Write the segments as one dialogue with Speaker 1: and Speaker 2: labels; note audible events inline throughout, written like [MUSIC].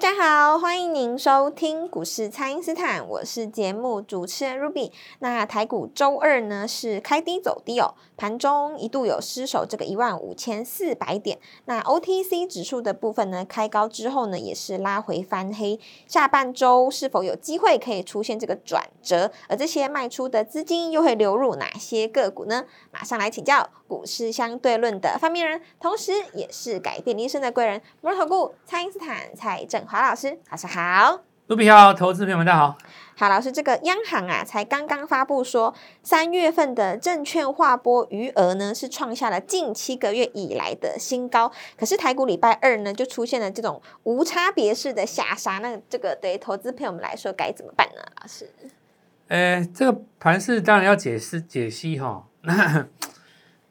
Speaker 1: 家好，欢迎您收听股市蔡因斯坦，我是节目主持人 Ruby。那台股周二呢是开低走低哦，盘中一度有失守这个一万五千四百点。那 OTC 指数的部分呢，开高之后呢也是拉回翻黑，下半周是否有机会可以出现这个转折？而这些卖出的资金又会流入哪些个股呢？马上来请教股市相对论的发明人，同时也是改变人生的贵人——摩尔投顾蔡因斯坦蔡振华老师，老师好。
Speaker 2: 卢比好，投资朋友们大家好。
Speaker 1: 好，老师，这个央行啊，才刚刚发布说，三月份的证券划拨余额呢是创下了近七个月以来的新高。可是台股礼拜二呢，就出现了这种无差别式的下杀，那这个对投资朋友们来说该怎么办呢？老师，
Speaker 2: 呃，这个盘势当然要解释解析哈、 [LAUGHS] 那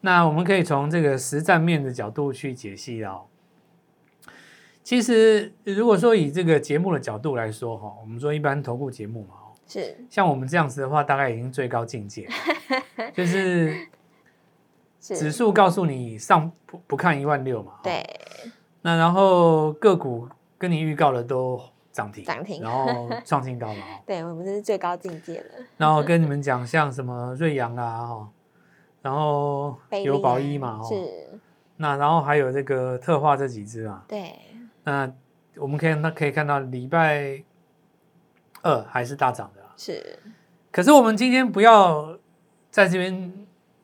Speaker 2: 那我们可以从这个实战面的角度去解析哦。其实如果说以这个节目的角度来说哈、我们说一般投顾节目嘛，哦
Speaker 1: 是
Speaker 2: 像我们这样子的话，大概已经最高境界了，
Speaker 1: [LAUGHS]
Speaker 2: 就是指
Speaker 1: 是，
Speaker 2: 数告诉你上不不看一万六嘛，哦，
Speaker 1: 对，
Speaker 2: 那然后个股跟你预告的都涨停，
Speaker 1: 涨停
Speaker 2: 然后创新高嘛。哦
Speaker 1: 对我们这是最高境界了，
Speaker 2: 然后跟你们讲，像什么瑞阳啦，哈，然后
Speaker 1: 贝
Speaker 2: 有
Speaker 1: 利
Speaker 2: 宝
Speaker 1: 啊
Speaker 2: 一嘛，哦，
Speaker 1: 是，
Speaker 2: 那然后还有这个特化这几只啊，
Speaker 1: 对，
Speaker 2: 那我们可以那可以看到礼拜二还是大涨的啊、
Speaker 1: 是，
Speaker 2: 可是我们今天不要在这边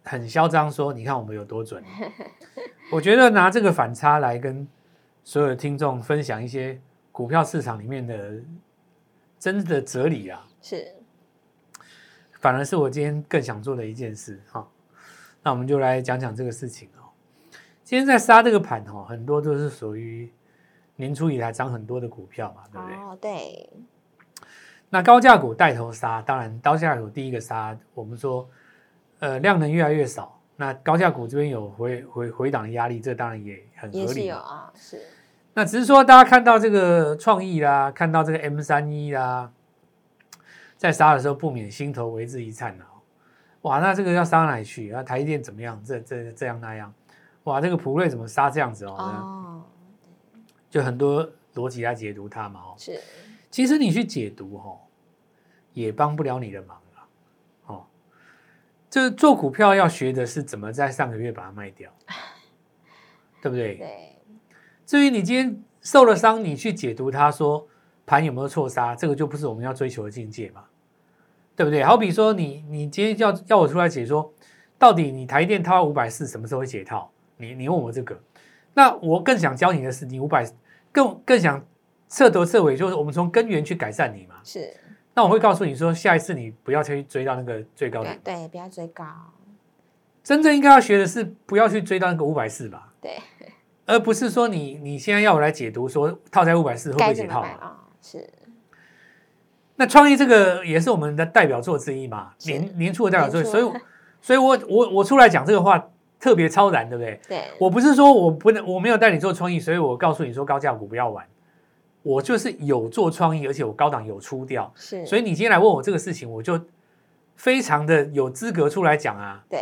Speaker 2: 很嚣张说，你看我们有多准。我觉得拿这个反差来跟所有的听众分享一些股票市场里面的真的哲理啊。
Speaker 1: 是，
Speaker 2: 反而是我今天更想做的一件事哈、那我们就来讲讲这个事情哦。今天在杀这个盘哦，很多都是属于年初以来涨很多的股票嘛，对不对？
Speaker 1: 哦，对，
Speaker 2: 那高价股带头杀，当然高价股第一个杀，我们说呃量能越来越少，那高价股这边有回回回档的压力，这当然也很合
Speaker 1: 也是
Speaker 2: 理
Speaker 1: 有
Speaker 2: 嘛。
Speaker 1: 啊，是，
Speaker 2: 那只是说大家看到这个创意啦，看到这个 M 三一啦，在杀的时候不免心头为之一颤啊！哇，那这个要杀到哪里去？那台积电怎么样？这这这样那样？哇，这个普瑞怎么杀这样子哦？
Speaker 1: 哦，
Speaker 2: 就很多逻辑来解读它嘛哦。
Speaker 1: 是，
Speaker 2: 其实你去解读哦，也帮不了你的忙啊。哦，就是做股票要学的是怎么在上个月把它卖掉，对不对？
Speaker 1: 对，
Speaker 2: 至于你今天受了伤，你去解读它说盘有没有错杀，这个就不是我们要追求的境界嘛，对不对？好比说你你今天要要我出来解说，到底你台电它五百四什么时候会解套？你你问我这个，那我更想教你的是，你五百更更想彻头彻尾，就是我们从根源去改善你嘛。
Speaker 1: 是，
Speaker 2: 那我会告诉你说，下一次你不要去追到那个最高
Speaker 1: 对
Speaker 2: 点，
Speaker 1: 对，不要追高，
Speaker 2: 真正应该要学的是不要去追到那个五百四吧，
Speaker 1: 对，
Speaker 2: 而不是说你你现在要我来解读说套在五百四会不
Speaker 1: 该
Speaker 2: 会
Speaker 1: 怎
Speaker 2: 解
Speaker 1: 么
Speaker 2: 套嘛
Speaker 1: 办？啊？是，
Speaker 2: 那创意这个也是我们的代表作之一嘛，
Speaker 1: 是
Speaker 2: 年年初的代表作，
Speaker 1: 年初
Speaker 2: 所以我，所以我我我出来讲这个话特别超然，对不对？
Speaker 1: 对，
Speaker 2: 我不是说我不能我没有带你做创意，所以我告诉你说高价股不要玩，我就是有做创意，而且我高档有出掉，
Speaker 1: 是，
Speaker 2: 所以
Speaker 1: 以
Speaker 2: 你今天来问我这个事情，我就非常的有资格出来讲啊。
Speaker 1: 对，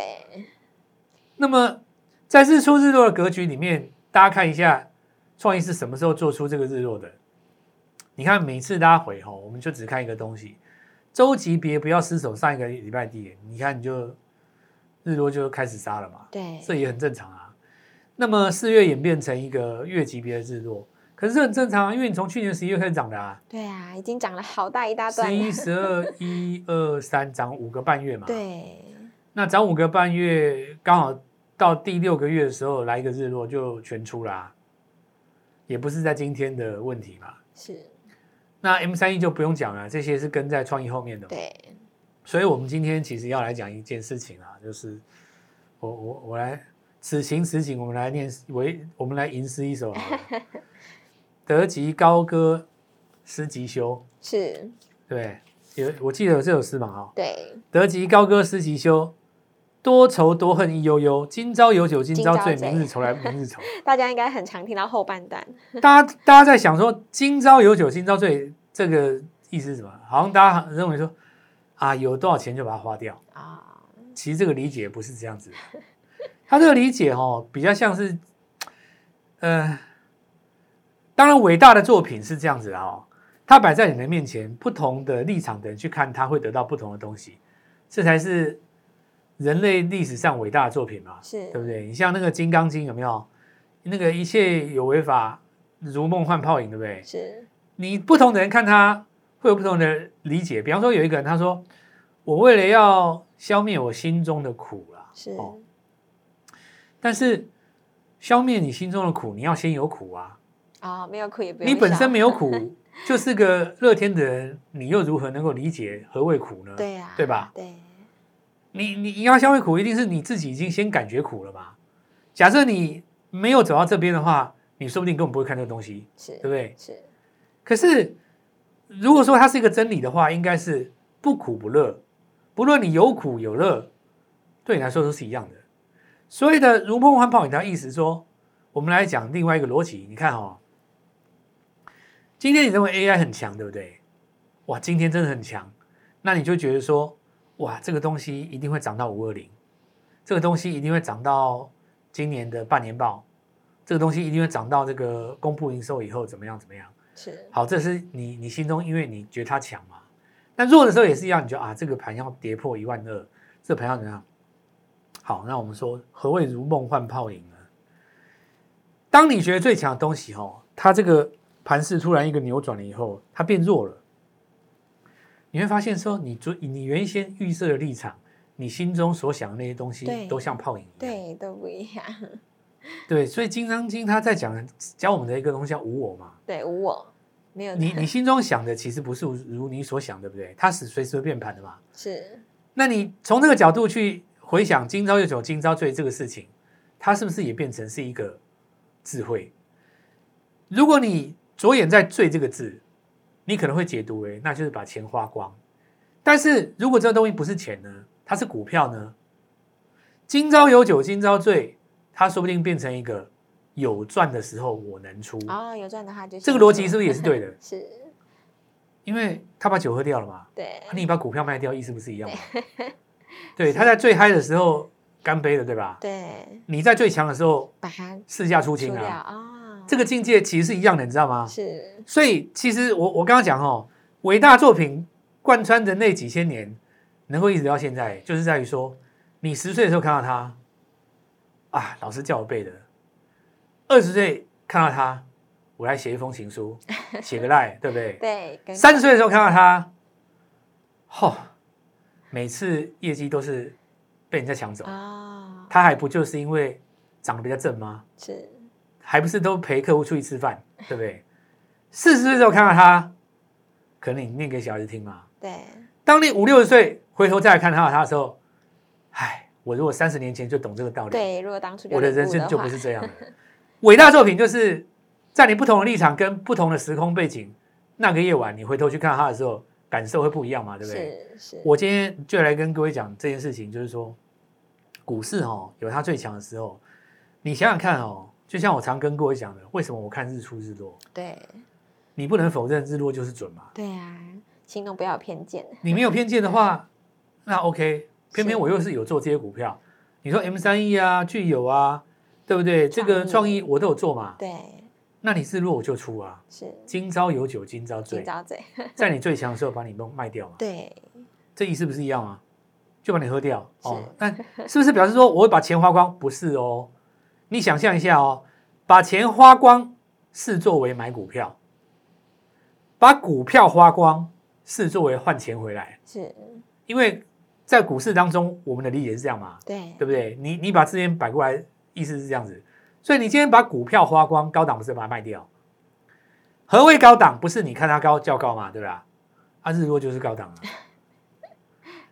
Speaker 2: 那么在日出日落的格局里面，大家看一下创意是什么时候做出这个日落的？你看每次大家回吼，我们就只看一个东西，周级别不要失守上一个礼拜低点，你看你就日落就开始杀了嘛，
Speaker 1: 对，
Speaker 2: 这也很正常啊。那么四月演变成一个月级别的日落，可是这很正常啊，因为你从去年十一月开始涨的啊，
Speaker 1: 对啊，已经涨了好大一大段了，
Speaker 2: 十一、十二、一二三涨五个半月嘛，
Speaker 1: 对，
Speaker 2: 那涨五个半月，刚好到第六个月的时候来一个日落，就全出啦、也不是在今天的问题嘛。
Speaker 1: 是，
Speaker 2: 嗯那 M 三一就不用讲了，这些是跟在创意后面的嘛。
Speaker 1: 对，
Speaker 2: 所以我们今天其实要来讲一件事情啊，就是我我我来此情此景，我们来念为我们来吟诗一首好了得即高歌，失即休，
Speaker 1: 是，
Speaker 2: 对，有我记得有这首诗嘛，哈、
Speaker 1: 对，
Speaker 2: 得即高歌思齐修，多愁多恨亦悠悠。今朝有酒今朝醉，
Speaker 1: 今朝醉
Speaker 2: 明日愁来明 [LAUGHS] 日愁。
Speaker 1: 大家应该很常听到后半段，
Speaker 2: 大家大家在想说，今朝有酒今朝醉这个意思是什么？好像大家认为说啊，有多少钱就把它花掉。
Speaker 1: 啊，
Speaker 2: 其实这个理解不是这样子 [LAUGHS] 的，他这个理解哦，比较像是，呃，当然，伟大的作品是这样子的哦，它摆在你的面前，不同的立场的人去看它，会得到不同的东西，这才是人类历史上伟大的作品嘛，
Speaker 1: 是
Speaker 2: 对不对？你像那个《金刚经》，有没有？那个一切有为法，如梦幻泡影，对不对？
Speaker 1: 是
Speaker 2: 你不同的人看它会有不同的理解。比方说，有一个人他说：“我为了要消灭我心中的苦啦、
Speaker 1: 是、
Speaker 2: 哦但是消灭你心中的苦，你要先有苦啊。
Speaker 1: 啊，没有苦也不用
Speaker 2: 你本身
Speaker 1: 笑
Speaker 2: 没有
Speaker 1: [LAUGHS]
Speaker 2: 苦，就是个乐天的人，你又如何能够理解何谓苦呢？
Speaker 1: 对呀、
Speaker 2: 对吧？
Speaker 1: 对，
Speaker 2: 你你你要消灭苦，一定是你自己已经先感觉苦了嘛。假设你没有走到这边的话，你说不定根本不会看这个东西，
Speaker 1: 是
Speaker 2: 对不对？
Speaker 1: 是
Speaker 2: 可是，如果说它是一个真理的话，应该是不苦不乐，不论你有苦有乐，对你来说都是一样的。所谓的如梦幻泡影，它意思说，我们来讲另外一个逻辑。你看哦，今天你认为 AI 很强，对不对？哇，今天真的很强，那你就觉得说，哇，这个东西一定会涨到五二零，这个东西一定会涨到今年的半年报，这个东西一定会涨到这个公布营收以后怎么样怎么样。
Speaker 1: 是
Speaker 2: 好，这是你你心中，因为你觉得它强嘛。那弱的时候也是一样，你就啊，这个盘要跌破一万二，这盘要怎样？好，那我们说何谓如梦幻泡影呢？当你觉得最强的东西哦，它这个盘势突然一个扭转了以后，它变弱了，你会发现说你昨你原先预设的立场，你心中所想的那些东西
Speaker 1: 对
Speaker 2: 都像泡影一样。
Speaker 1: 对都不一样，
Speaker 2: 对，所以《金刚经》它在讲教我们的一个东西叫无我嘛。
Speaker 1: 对无我没有
Speaker 2: 你
Speaker 1: 他
Speaker 2: 你心中想的其实不是如你所想，对不对？它是随时会变盘的嘛。
Speaker 1: 是
Speaker 2: 那你从这个角度去回想“今朝又酒今朝醉”这个事情，它是不是也变成是一个智慧？如果你着眼在“醉”这个字，你可能会解读为那就是把钱花光。但是如果这个东西不是钱呢，它是股票呢？今朝有酒今朝醉，它说不定变成一个有赚的时候我能出。
Speaker 1: 啊、有赚的话就
Speaker 2: 这个
Speaker 1: 先
Speaker 2: 逻辑
Speaker 1: 出
Speaker 2: 是不是也是对的？
Speaker 1: 是
Speaker 2: 因为他把酒喝掉了嘛。
Speaker 1: 对
Speaker 2: 啊你把股票卖掉，意思不是一样吗？对，他在最嗨的时候干杯了，对吧？
Speaker 1: 对
Speaker 2: 你在最强的时候
Speaker 1: 把它
Speaker 2: 市价出
Speaker 1: 除
Speaker 2: 清
Speaker 1: 掉
Speaker 2: 啊，
Speaker 1: 啊，
Speaker 2: 这个境界其实是一样的，你知道吗？
Speaker 1: 是
Speaker 2: 所以其实我我刚刚讲哦，伟大作品贯穿人类几千年，能够一直到现在，就是在于说，你十岁的时候看到它，啊，老师叫我背的；二十岁看到它，我来写一封情书，写个赖，对不对？
Speaker 1: 对跟
Speaker 2: 三十岁的时候看到他，吼、每次业绩都是被人家抢走，
Speaker 1: 啊、
Speaker 2: 他还不就是因为长得比较正吗？
Speaker 1: 是
Speaker 2: 还不是都陪客户出去吃饭，对不对？四十岁的时候看到他，可能你念给小孩子听嘛。
Speaker 1: 对
Speaker 2: 当你五六十岁回头再来看到他的时候，唉，我如果三十年前就懂这个道理，
Speaker 1: 对，如果当初就
Speaker 2: 我的
Speaker 1: 领
Speaker 2: 人
Speaker 1: 悟
Speaker 2: 生就不
Speaker 1: 话
Speaker 2: 是这样
Speaker 1: [LAUGHS]
Speaker 2: 的。伟大作品就是在你不同的立场跟不同的时空背景，那个夜晚你回头去看它的时候，感受会不一样嘛，对不对？
Speaker 1: 是是
Speaker 2: 我今天就来跟各位讲这件事情，就是说，股市哦，有它最强的时候。你想想看哦，就像我常跟各位讲的，为什么我看日出日落？
Speaker 1: 对
Speaker 2: 你不能否认日落就是准嘛。
Speaker 1: 对啊，心中不要有偏见，
Speaker 2: 你没有偏见的话，那 OK。偏偏
Speaker 1: 是
Speaker 2: 我又是有做这些股票，你说 M 三 E 啊、具有啊，对不对？这个
Speaker 1: 创
Speaker 2: 创
Speaker 1: 意
Speaker 2: 意我都有做嘛。
Speaker 1: 对
Speaker 2: 那你是弱我就出啊，
Speaker 1: 是
Speaker 2: 今朝有酒今朝
Speaker 1: 今
Speaker 2: 醉，
Speaker 1: 朝嘴
Speaker 2: 在你最强的时候把你弄卖掉嘛，
Speaker 1: 对
Speaker 2: 这意思不是一样吗？就把你喝掉哦
Speaker 1: 是，
Speaker 2: 那是不是表示说我会把钱花光？不是哦，你想象一下哦，把钱花光视作为买股票，把股票花光视作为换钱回来，
Speaker 1: 是
Speaker 2: 因为在股市当中，我们的理解是这样嘛，
Speaker 1: 对
Speaker 2: 对不对？你你把资金摆过来，意思是这样子。所以你今天把股票花光，高档不是把它卖掉？何谓高档？不是你看它高叫高嘛，对吧？啊，日落就是高
Speaker 1: [LAUGHS]
Speaker 2: 档啊。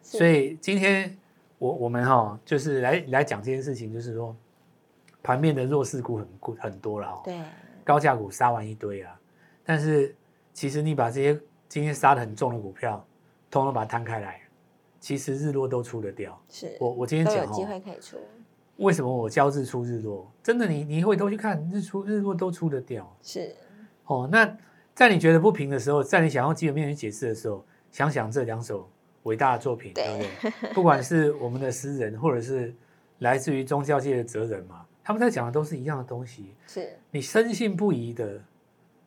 Speaker 1: 是
Speaker 2: 所以今天我我们哈、就是来来讲这件事情，就是说盘面的弱势股很股很多了哦，
Speaker 1: 对
Speaker 2: 高价股杀完一堆啊。但是其实你把这些今天杀的很重的股票，通通把它摊开来，其实日落都出得掉。
Speaker 1: 是
Speaker 2: 我我今天
Speaker 1: 都
Speaker 2: 讲
Speaker 1: 有
Speaker 2: 哦
Speaker 1: 机会可以出，
Speaker 2: 为什么我教日出日落？真的你，你回头去看日出日落都出得掉
Speaker 1: 是
Speaker 2: 哦。那在你觉得不平的时候，在你想用基本面去解释的时候，想想这两首伟大的作品，
Speaker 1: 对
Speaker 2: 对不对？ [LAUGHS] 不管是我们的诗人，或者是来自于宗教界的哲人嘛，他们在讲的都是一样的东西。
Speaker 1: 是
Speaker 2: 你深信不疑的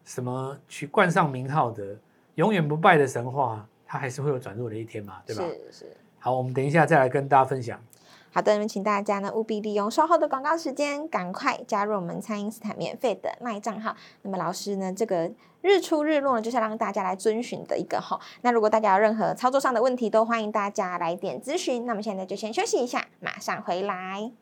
Speaker 2: 什么去冠上名号的永远不败的神话，它还是会有转弱的一天嘛，对吧？
Speaker 1: 是是。
Speaker 2: 好，我们等一下再来跟大家分享。
Speaker 1: 好的，那么请大家呢务必利用稍后的广告时间，赶快加入我们蔡因斯坦免费的卖账号。那么老师呢，这个日出日落呢，就是要让大家来遵循的一个哈。那如果大家有任何操作上的问题，都欢迎大家来电咨询。那我们现在就先休息一下，马上回来。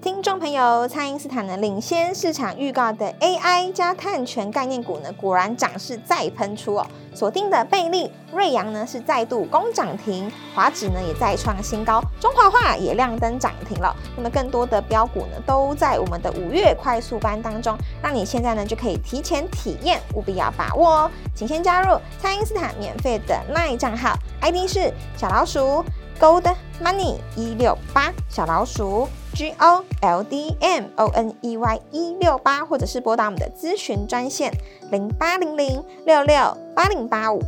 Speaker 1: 听众朋友，蔡因斯坦呢领先市场预告的 AI 加碳权概念股呢，果然涨势再喷出哦。锁定的贝利、瑞阳呢是再度攻涨停，华指呢也再创新高，中华化也亮灯涨停了。那么更多的标股呢，都在我们的五月快速班当中，让你现在呢就可以提前体验，务必要把握哦。请先加入蔡因斯坦免费的 LINE 账号，ID 是小老鼠 Gold Money 一六八小老鼠。G O L D M O N E Y 一六八，或者是拨打我们的咨询专线零八零零六六八零八五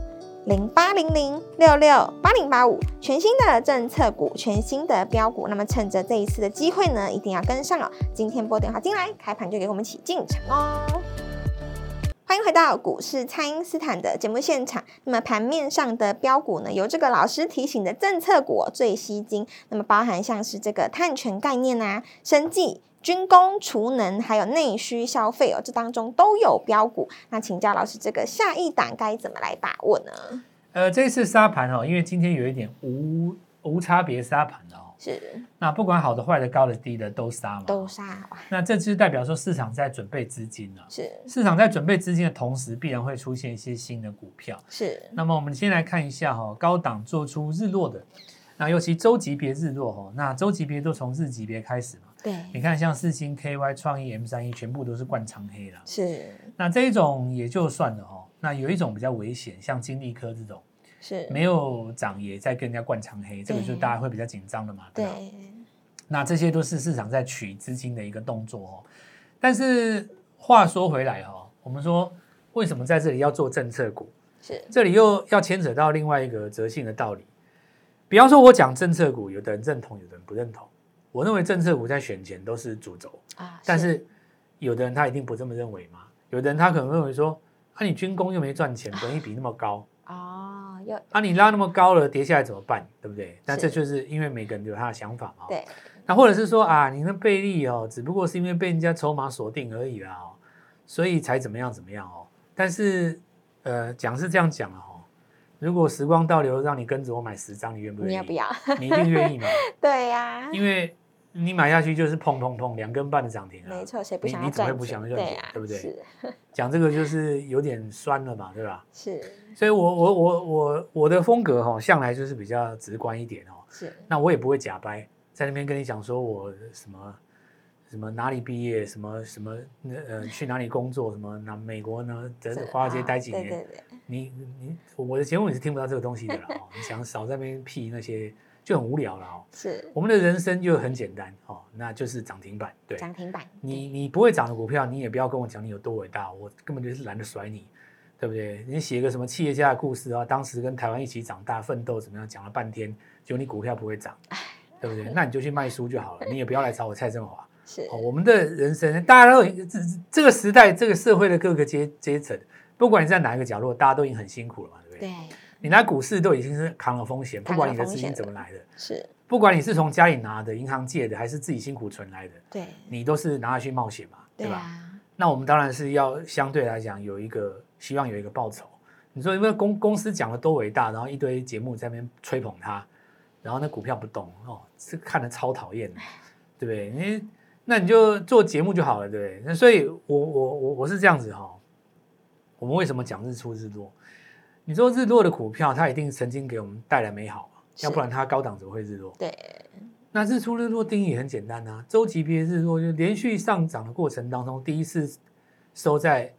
Speaker 1: 零八零零六六八零八五。全新的政策股，全新的标股，那么趁着这一次的机会呢，一定要跟上哦。今天拨电话进来，开盘就给我们一起进场哦。欢迎回到股市，蔡因斯坦的节目现场。那么盘面上的标股呢，由这个老师提醒的政策股最吸睛。那么包含像是这个碳权概念啊、生技、军工、储能，还有内需消费哦，这当中都有标股。那请教老师，这个下一档该怎么来把握呢？
Speaker 2: 呃，这次沙盘哦，因为今天有一点无无差别沙盘哦，
Speaker 1: 是
Speaker 2: 那不管好的、坏的、高的、低的都杀嘛。哦
Speaker 1: 都杀哇，
Speaker 2: 那这只代表说市场在准备资金了、
Speaker 1: 是
Speaker 2: 市场在准备资金的同时，必然会出现一些新的股票。
Speaker 1: 是
Speaker 2: 那么我们先来看一下哈、高档做出日落的，那尤其周级别日落哈、那周级别都从日级别开始嘛。
Speaker 1: 对，
Speaker 2: 你看像四星、KY、创意、M 三一，全部都是灌长黑啦。
Speaker 1: 是
Speaker 2: 那这一种也就算了哦。那有一种比较危险，像金利科这种
Speaker 1: 是，
Speaker 2: 没有涨也在跟人家灌长黑，这个就
Speaker 1: 对
Speaker 2: 大家会比较紧张的嘛。吧
Speaker 1: 对
Speaker 2: 那这些都是市场在取资金的一个动作哦。但是话说回来哦，我们说为什么在这里要做政策股？
Speaker 1: 是
Speaker 2: 这里又要牵扯到另外一个哲性的道理。比方说，我讲政策股，有的人认同，有的人不认同。我认为政策股在选前都是主轴，
Speaker 1: 啊，
Speaker 2: 但是有的人他一定不这么认为嘛。有的人他可能认为说，啊，你军工又没赚钱，本益比那么高，
Speaker 1: 哦，又
Speaker 2: 啊，你拉那么高了，跌下来怎么办？对不对？那
Speaker 1: 是
Speaker 2: 这就是因为每个人有他的想法嘛。
Speaker 1: 对
Speaker 2: 那或者是说啊，你那贝利哦，只不过是因为被人家筹码锁定而已啦、哦，所以才怎么样怎么样哦。但是呃，讲是这样讲了哦，如果时光倒流，让你跟着我买十张，你愿不愿意？
Speaker 1: 你要不？ [LAUGHS] 要？
Speaker 2: 你一定愿意嘛，
Speaker 1: 对呀、
Speaker 2: 因为你买下去就是砰砰砰两根半的涨停啊
Speaker 1: 没。错，谁不
Speaker 2: 你
Speaker 1: 想
Speaker 2: 你
Speaker 1: 要
Speaker 2: 怎么
Speaker 1: 赚
Speaker 2: 会
Speaker 1: 钱？
Speaker 2: 不想要赚
Speaker 1: 对
Speaker 2: 钱
Speaker 1: 啊，
Speaker 2: 对不对
Speaker 1: 是
Speaker 2: 讲这个就是有点酸了嘛，对吧？
Speaker 1: 是
Speaker 2: 所以我我我我我的风格哈、哦，向来就是比较直观一点哦。
Speaker 1: 是，
Speaker 2: 那我也不会假掰，在那边跟你讲说我什么什么哪里毕业，什么什么呃去哪里工作，什么哪美国呢，在
Speaker 1: 是
Speaker 2: 华尔街
Speaker 1: 啊
Speaker 2: 待几
Speaker 1: 对
Speaker 2: 年，
Speaker 1: 对对，
Speaker 2: 你你我的节目你是听不到这个东西
Speaker 1: [LAUGHS]
Speaker 2: 的啦、哦，你想少在那边屁那些就很无聊了哦。
Speaker 1: 是
Speaker 2: 我们的人生就很简单哦，那就是涨停板。对
Speaker 1: 涨停板。
Speaker 2: 你你不会涨的股票，你也不要跟我讲你有多伟大，我根本就是懒得甩你。对不对？你写一个什么企业家的故事啊？当时跟台湾一起长大、奋斗怎么样？讲了半天，结果你股票不会涨，对不对？那你就去卖书就好了，你也不要来找我蔡
Speaker 1: [LAUGHS]
Speaker 2: 振华。
Speaker 1: 是
Speaker 2: 哦，我们的人生，大家都已经这这个时代、这个社会的各个阶阶层，不管你在哪一个角落，大家都已经很辛苦了嘛，对不对？
Speaker 1: 对
Speaker 2: 你拿股市都已经是扛了风险，不
Speaker 1: 扛
Speaker 2: 管
Speaker 1: 了
Speaker 2: 你的
Speaker 1: 风
Speaker 2: 资
Speaker 1: 险
Speaker 2: 金怎
Speaker 1: 了
Speaker 2: 么来的，
Speaker 1: 是，
Speaker 2: 不管你是从家里拿的、银行借的，还是自己辛苦存来的，
Speaker 1: 对
Speaker 2: 你都是拿它去冒险嘛，对吧？
Speaker 1: 啊，
Speaker 2: 那我们当然是要相对来讲有一个希望有一个报酬。你说因为公公司讲的多伟大，然后一堆节目在那边吹捧他，然后那股票不动哦，这看得超讨厌的，对不对？你那你就做节目就好了，对不对？那所以我我我我是这样子哈、我们为什么讲日出日落？你说日落的股票，它一定曾经给我们带来美好嘛，
Speaker 1: 是
Speaker 2: 要不然它高档怎么会日落？
Speaker 1: 对
Speaker 2: 那日出日落定义也很简单啊，周级别日落就连续上涨的过程当中，第一次收在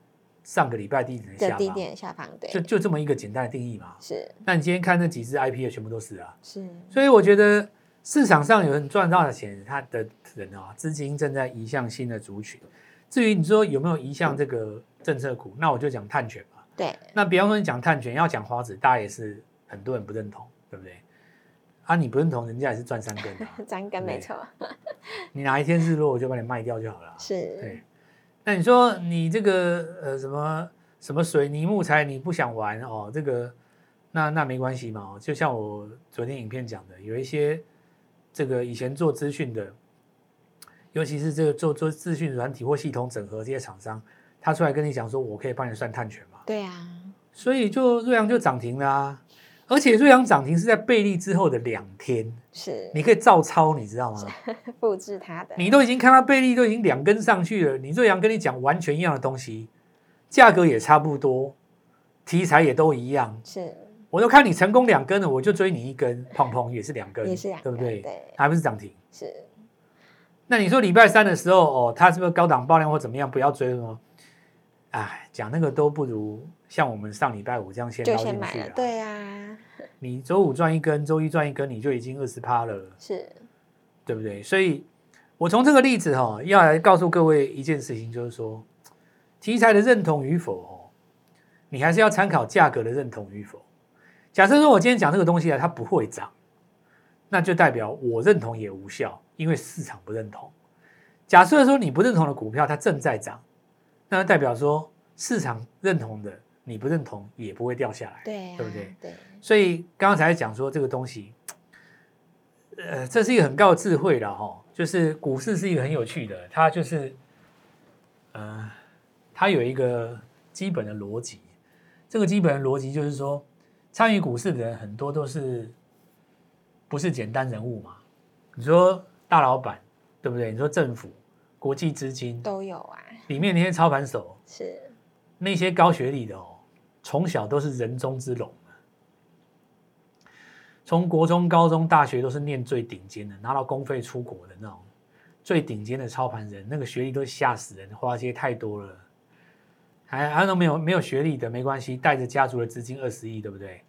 Speaker 2: 上个礼拜低点的
Speaker 1: 的
Speaker 2: 下
Speaker 1: 低
Speaker 2: 方，
Speaker 1: 点下方，对
Speaker 2: 就就这么一个简单的定义嘛。
Speaker 1: 是
Speaker 2: 那你今天看那几只 IP 的全部都是啊，
Speaker 1: 是
Speaker 2: 所以我觉得市场上有人赚到的钱，他的人啊，资金正在移向新的族群。至于你说有没有移向这个政策股，那我就讲碳权嘛。
Speaker 1: 对
Speaker 2: 那比方说你讲碳权，要讲花子，大家也是很多人不认同，对不对？啊，你不认同，人家也是赚三根的啊、
Speaker 1: 张根没
Speaker 2: 对
Speaker 1: 错，
Speaker 2: 你哪一天日落，我就把你卖掉就好了啊。
Speaker 1: 是
Speaker 2: 对，那你说你这个呃什么什么水泥木材你不想玩哦，这个那那没关系嘛、哦。就像我昨天影片讲的，有一些这个以前做资讯的，尤其是这个做做资讯软体或系统整合这些厂商，他出来跟你讲说，我可以帮你算碳权嘛。
Speaker 1: 对啊，
Speaker 2: 所以就瑞阳就涨停啦、而且瑞阳涨停是在贝利之后的两天，
Speaker 1: 是
Speaker 2: 你可以照抄，你知道吗？
Speaker 1: 复制它的，
Speaker 2: 你都已经看到贝利都已经两根上去了，你瑞阳跟你讲完全一样的东西，价格也差不多，题材也都一样，
Speaker 1: 是
Speaker 2: 我都看你成功两根了，我就追你一根，碰碰也是两根，
Speaker 1: 也是两
Speaker 2: 对
Speaker 1: 根
Speaker 2: 不对？
Speaker 1: 对
Speaker 2: 还不是涨停。
Speaker 1: 是
Speaker 2: 那你说礼拜三的时候，哦，它是不是高档爆量或怎么样？不要追吗？哎，讲那个都不如像我们上礼拜五这样先
Speaker 1: 就
Speaker 2: 捞
Speaker 1: 先
Speaker 2: 进
Speaker 1: 买
Speaker 2: 去
Speaker 1: 了，对啊，
Speaker 2: 你周五赚一根，周一赚一根，你就已经二十趴了。
Speaker 1: 是
Speaker 2: 对不对？所以，我从这个例子哈、要来告诉各位一件事情，就是说，题材的认同与否哦，你还是要参考价格的认同与否。假设说我今天讲这个东西啊，它不会涨，那就代表我认同也无效，因为市场不认同。假设说你不认同的股票它正在涨，那就代表说市场认同的你不认同也不会掉下来。
Speaker 1: 对啊，
Speaker 2: 对不对？
Speaker 1: 对，
Speaker 2: 所以刚才讲说这个东西，呃，这是一个很高的智慧了哈、就是股市是一个很有趣的，它就是，呃，它有一个基本的逻辑。这个基本的逻辑就是说，参与股市的人很多都是不是简单人物嘛？你说大老板对不对？你说政府、国际资金
Speaker 1: 都有啊，
Speaker 2: 里面那些操盘手，
Speaker 1: 是
Speaker 2: 那些高学历的哦，从小都是人中之龙啊从国中、高中、大学都是念最顶尖的，拿到公费出国的那种最顶尖的操盘人，那个学历都吓死人，花街太多了。还还都没有没有学历的没关系，带着家族的资金二十亿，对不对？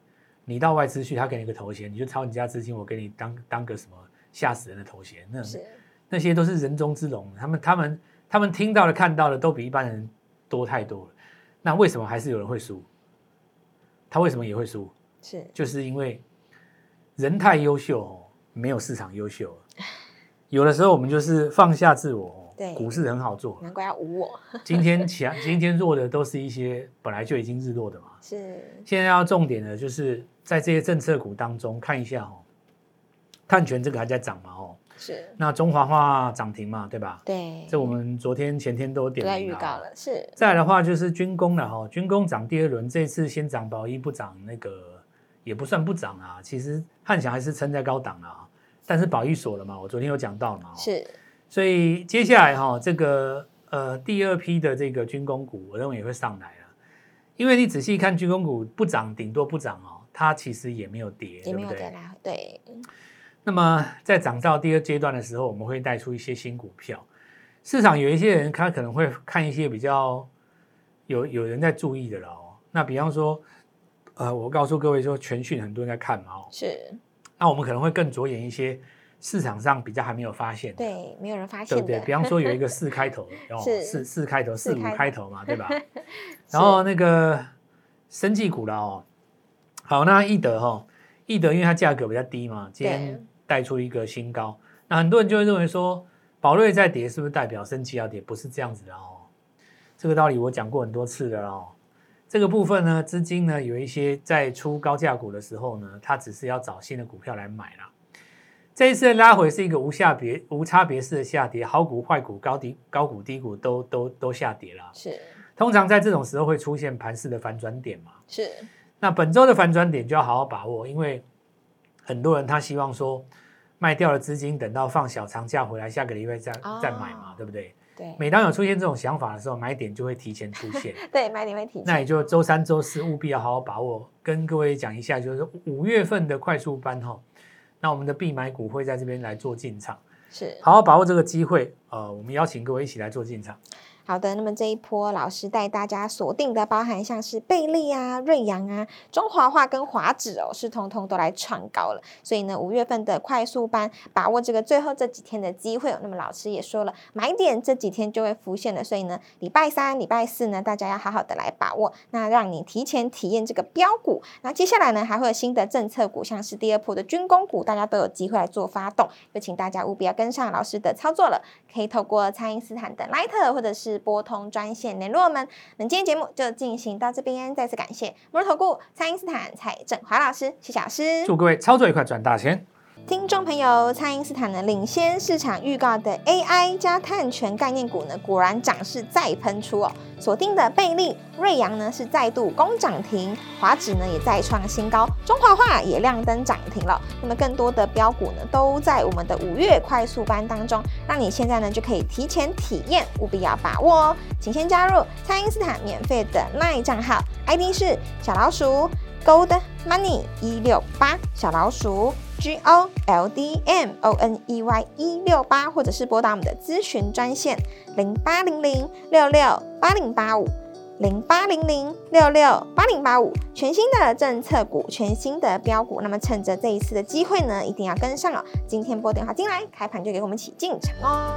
Speaker 2: 你到外资去，他给你个头衔，你就抄你家资金，我给你当当个什么吓死人的头衔，那种
Speaker 1: 是，
Speaker 2: 那些都是人中之龙，他们他们他们听到的、看到的都比一般人多太多了。那为什么还是有人会输？他为什么也会输？
Speaker 1: 是
Speaker 2: 就是因为人太优秀哦，没有市场优秀了。有的时候我们就是放下自我哦，
Speaker 1: 对
Speaker 2: 股市很
Speaker 1: [LAUGHS]
Speaker 2: 好做。
Speaker 1: 难怪要无我，
Speaker 2: 今天强，今天弱的都是一些本来就已经日落的嘛。
Speaker 1: 是
Speaker 2: 现在要重点的就是在这些政策股当中看一下哦，碳权这个还在涨嘛哦，
Speaker 1: 是，
Speaker 2: 那中华化涨停嘛，对吧？
Speaker 1: 对，
Speaker 2: 这我们昨天前天都
Speaker 1: 都
Speaker 2: 点
Speaker 1: 在
Speaker 2: 名
Speaker 1: 预告
Speaker 2: 哦。
Speaker 1: 了，是
Speaker 2: 再来的话就是军工了哈、军工涨第二轮，这次先涨宝一不涨那个也不算不涨啊，其实汉翔还是撑在高档了啊，但是宝一锁了嘛，我昨天有讲到了嘛、哦，，
Speaker 1: 是
Speaker 2: 所以接下来哈、这个呃第二批的这个军工股，我认为也会上来了，因为你仔细看军工股不涨，顶多不涨哦，它其实也没有跌，
Speaker 1: 也没有
Speaker 2: 对不
Speaker 1: 再
Speaker 2: 对？
Speaker 1: 拉，对，
Speaker 2: 那么在涨到第二阶段的时候，我们会带出一些新股票。市场有一些人，他可能会看一些比较有有人在注意的了哦。那比方说，呃，我告诉各位说，全讯很多人在看嘛哦。
Speaker 1: 是
Speaker 2: 那我们可能会更着眼一些市场上比较还没有发现的，
Speaker 1: 对，没有人发
Speaker 2: 对
Speaker 1: 现
Speaker 2: 不对？
Speaker 1: 的，
Speaker 2: 比方说有一个四
Speaker 1: [LAUGHS]
Speaker 2: 开头，哦，
Speaker 1: 是
Speaker 2: 四四开头、四
Speaker 1: 四
Speaker 2: 五
Speaker 1: 开头
Speaker 2: 开头
Speaker 1: [LAUGHS]
Speaker 2: 嘛，对吧？然后那个生技股了哦，好，那易德哈、哦，易德因为它价格比较低嘛，今
Speaker 1: 对
Speaker 2: 天带出一个新高，那很多人就会认为说，宝瑞在跌是不是代表生技要跌？不是这样子的哦，这个道理我讲过很多次的哦。这个部分呢，资金呢有一些在出高价股的时候呢，它只是要找新的股票来买啦。这一次的拉回是一个无下别无差别式的下跌，好股坏股高低高股低股都都都下跌啦。
Speaker 1: 是
Speaker 2: 通常在这种时候会出现盘势的反转点嘛。
Speaker 1: 是
Speaker 2: 那本周的反转点就要好好把握，因为很多人他希望说卖掉了资金，等到放小长假回来，下个礼拜再、
Speaker 1: 哦
Speaker 2: 再买嘛，对不对？
Speaker 1: 对
Speaker 2: 每当有出现这种想法的时候，买点就会提前出现。
Speaker 1: 对，买点会提
Speaker 2: 那
Speaker 1: 前，
Speaker 2: 也就周三、周四务必要好好把握。跟各位讲一下，就是五月份的快速班哈、那我们的必买股会在这边来做进场，
Speaker 1: 是
Speaker 2: 好好把握这个机会。呃，我们邀请各位一起来做进场。
Speaker 1: 好的，那么这一波老师带大家锁定的，包含像是贝利啊、瑞阳啊、中华化跟华指哦，是通通都来创高了。所以呢，五月份的快速班，把握这个最后这几天的机会、哦。那么老师也说了，买点这几天就会浮现了，所以呢，礼拜三、礼拜四呢，大家要好好的来把握，那让你提前体验这个标股。那接下来呢，还会有新的政策股，像是第二波的军工股，大家都有机会来做发动。有请大家务必要跟上老师的操作了。可以透过蔡因斯坦的 Light 或者是是拨通专线联络我们。那今天节目就进行到这边，再次感谢摩尔投顾、蔡英斯坦、蔡振华老师、谢老师。
Speaker 2: 祝各位操作愉快，赚大钱！
Speaker 1: 听众朋友，蔡英斯坦呢领先市场预告的 AI 加碳权概念股呢，果然涨势再喷出哦。锁定的贝利、瑞阳呢是再度攻涨停，华指呢也再创新高，中华化也亮灯涨停了。那么更多的标股呢，都在我们的五月快速班当中，让你现在呢就可以提前体验，务必要把握哦。请先加入蔡英斯坦免费的 LINE 账号，ID 是小老鼠 Gold Money 一六八小老鼠。G O L D M O N E Y 一六八，或者是拨打我们的咨询专线零八零零六六八零八五零八零零六六八零八五。全新的政策股，全新的标股，那么趁着这一次的机会呢，一定要跟上哦。今天拨电话进来，开盘就给我们起进场哦。